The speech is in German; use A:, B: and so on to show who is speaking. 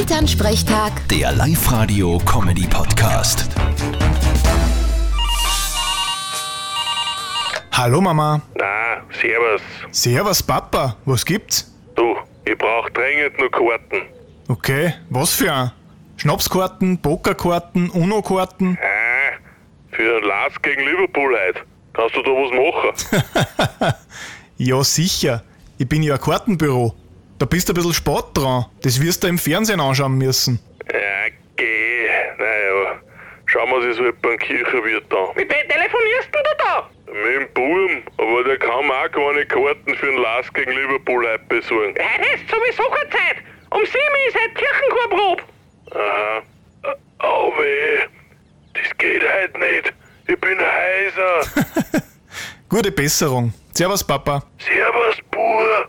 A: Elternsprechtag,
B: Der Live-Radio-Comedy-Podcast.
C: Hallo Mama.
D: Na, servus.
C: Servus Papa. Was gibt's?
D: Du, ich brauch dringend nur Karten.
C: Okay, was für ein? Schnapskarten, Pokerkarten, UNO-Karten?
D: Ah, für den Lars gegen Liverpool heute. Kannst du da was machen?
C: Ja, sicher. Ich bin ja ein Kartenbüro. Da bist du ein bisschen spät dran. Das wirst du im Fernsehen anschauen müssen.
D: ja, geh. Naja, schauen wir, es wird beim Kirchenwirt an.
E: Mit wem telefonierst denn du da?
D: Mit dem Burm, aber der kann mir auch keine Karten für den Lars gegen Liverpool heute besorgen.
E: Heute ist sowieso keine Zeit. Um sieben ist heute Kirchenchorprobe.
D: Aha. Äh, Oh weh, das geht heute nicht. Ich bin heiser.
C: Gute Besserung. Servus Papa.
D: Servus, Bur.